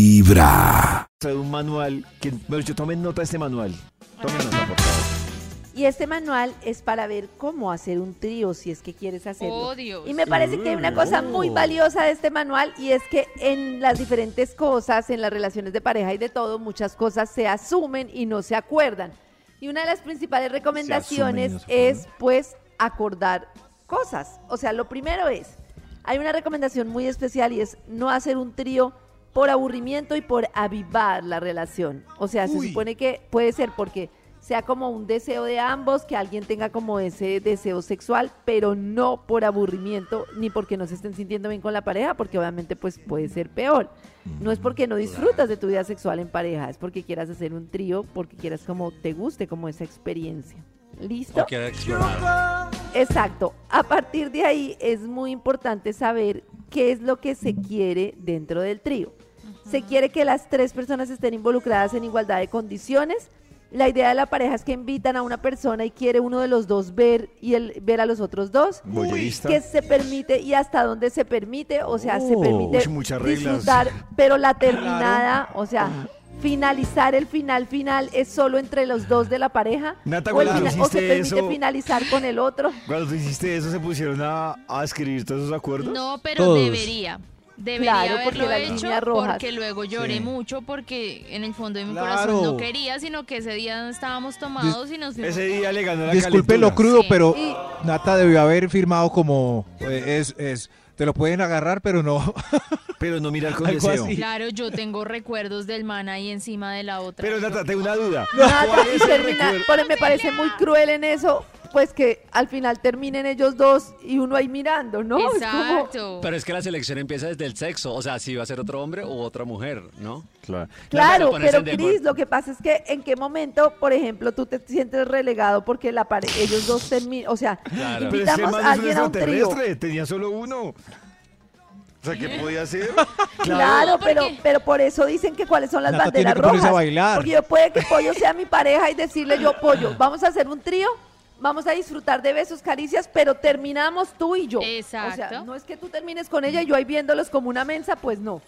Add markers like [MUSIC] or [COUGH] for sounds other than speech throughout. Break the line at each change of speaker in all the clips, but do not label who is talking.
Vibra.
Trae un manual. Que, bueno, yo tomen nota de este manual. Tomen nota, por favor.
Y este manual es para ver cómo hacer un trío si es que quieres hacerlo.
Oh, Dios.
Y me parece que hay una cosa muy valiosa de este manual y es que en las diferentes cosas, en las relaciones de pareja y de todo, muchas cosas se asumen y no se acuerdan. Y una de las principales recomendaciones
no se acuerdan.
es pues acordar cosas. O sea, lo primero es, hay una recomendación muy especial y es no hacer un trío por aburrimiento y por avivar la relación. O sea, se
Uy.
supone que puede ser porque sea como un deseo de ambos, que alguien tenga como ese deseo sexual, pero no por aburrimiento ni porque no se estén sintiendo bien con la pareja, porque obviamente pues puede ser peor. No es porque no disfrutas de tu vida sexual en pareja, es porque quieras hacer un trío, porque quieras como te guste, como esa experiencia. ¿Listo?
O querer explorar.
Exacto. A partir de ahí es muy importante saber qué es lo que se quiere dentro del trío. Se quiere que las tres personas estén involucradas en igualdad de condiciones. La idea de la pareja es que invitan a una persona y quiere uno de los dos ver y el ver a los otros dos.
Voyerista.
Que se permite y hasta dónde se permite, o sea, se
Oh.
permite
Uy, muchas reglas. Ah.
disfrutar, pero la terminada, o sea, finalizar el final final es solo entre los dos de la pareja.
Nata,
o, el
cuando
fina- o se
hiciste
permite
eso-
finalizar con
[LAUGHS]
el otro.
Cuando tú hiciste eso, se pusieron a, a escribir todos esos acuerdos.
No, pero
Todos.
debería. Debería
Claro, porque
haberlo
las
hecho
líneas rojas.
porque luego lloré
Sí.
mucho porque en el fondo de mi
Claro.
corazón no quería, sino que ese día estábamos tomados y nos fuimos.
Ese día le ganó la
Disculpe lo
calentura.
crudo,
Sí.
pero
Y-
Nata debió haber firmado como eh, es, es, te lo pueden agarrar, pero no. [LAUGHS]
Pero no mirar con
Algo
deseo.
así.
Claro, yo tengo recuerdos del man ahí encima de la otra.
Pero Nata, tengo una duda.
Nada,
¿Cuál
y
es el
termina-
recuerdo?
por- me parece muy cruel en eso, pues que al final terminen ellos dos y uno ahí mirando, ¿no? Es como-
Exacto.
Pero es que la selección empieza desde el sexo, o sea, si va a ser otro hombre u otra mujer, ¿no?
Claro.
claro,
ponerse
pero
de
Cris,
acuerdo.
lo que pasa es que en qué momento, por ejemplo, tú te sientes relegado porque la pare- ellos dos terminan, o sea,
Claro.
Pero ese
invitamos
man
a
es un
alguien a un trío.
extraterrestre, tenía solo uno. O sea, ¿qué podía [LAUGHS] hacer?
Claro,
No,
pero,
porque-
pero por eso dicen que cuáles son las
Nata tiene
banderas
que ponerse
rojas.
a bailar. Ah.
Porque yo puede que Pollo sea mi pareja y decirle yo, Pollo, vamos a hacer un trío, vamos a disfrutar de besos, caricias, pero terminamos tú y yo. O sea,
Exacto.
no es que tú termines con ella y yo ahí viéndolos como una mensa, pues no.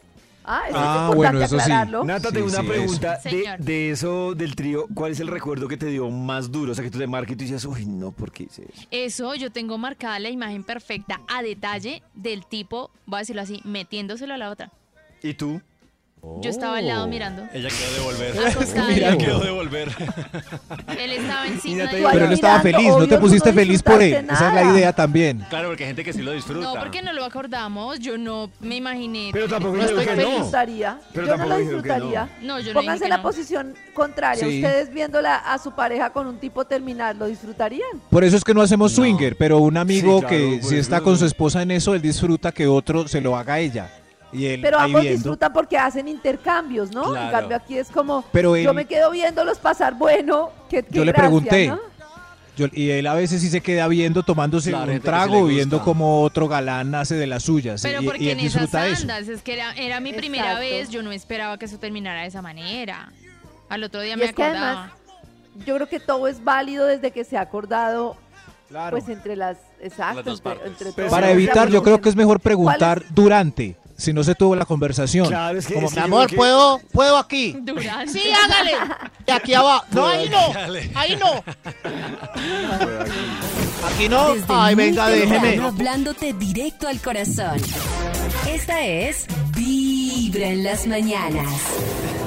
Ah, eso
Ah,
es importante
bueno, eso sí.
aclararlo.
Nata,
Sí,
tengo una
sí,
pregunta
eso.
de,
Señor.
de eso del trío. ¿Cuál es el recuerdo que te dio más duro? O sea, que tú te marques y tú dices, uy, no, ¿por qué hice eso?
Eso, yo tengo marcada la imagen perfecta a detalle del tipo, voy a decirlo así, metiéndoselo a la otra.
¿Y tú?
Yo estaba al
Oh.
lado mirando.
[LAUGHS] Ella quedó de volver.
acostada.
Mira,
Ella quedó de volver.
[LAUGHS]
Él estaba encima
Mira, te
de
digo-
Pero él
Mirando,
estaba feliz, no
obvio, tú
te
no
pusiste feliz por él.
disfrutaste
Esa es la
nada.
idea también.
Claro, porque hay gente que sí lo disfruta.
No, porque no lo acordamos. Yo no me imaginé.
Pero tampoco
No
creo
estoy
que
me
no.
feliz.
gustaría.
Pero
yo no
tampoco
lo
dijeron que no.
disfrutaría.
No, yo no
Pónganse
dije que
en la
no.
posición contraria.
Sí.
Ustedes viéndola a su pareja con un tipo terminar, ¿lo disfrutarían?
Por eso es que no hacemos
No.
swinger, pero un amigo
Sí, claro,
que
pues,
si está
no,
con
no.
su esposa en eso, él disfruta que otro se lo haga a ella. Y él
Pero
ahí
ambos
viendo.
disfrutan porque hacen intercambios, ¿no? En
Claro.
cambio aquí es como,
Pero
yo
él-
me quedo viéndolos pasar bueno, que,
Yo le pregunté. Yo- y él a veces sí se queda viendo, tomándose
Claro,
un
gente que sí
trago,
le gusta.
viendo como otro galán hace de las suyas.
Pero
y,
porque
y él
en esas
disfruta eso.
andas, es que era, era mi primera
Exacto.
vez, yo no esperaba que eso terminara de esa manera. Al otro día
Y
me
es que
acordaba. [LAUGHS]
además, yo creo que todo es válido desde que se ha acordado,
Claro.
pues entre las, exacto,
Las dos
entre,
partes.
entre
Pero
todos.
Pues Para
sí,
evitar,
claro,
yo creo que es mejor preguntar
¿Cuál
durante, si no se tuvo la conversación.
Claro, es que.
Como,
es que yo
Mi amor,
creo que-
¿puedo? ¿Puedo aquí?
Durante.
Sí, hágale. De aquí abajo. No, ahí no. Ahí [LAUGHS] no. Aquí no.
Desde
Ay,
muy
venga,
temprano,
déjeme.
Hablándote directo al corazón. Esta es Vibra en las mañanas.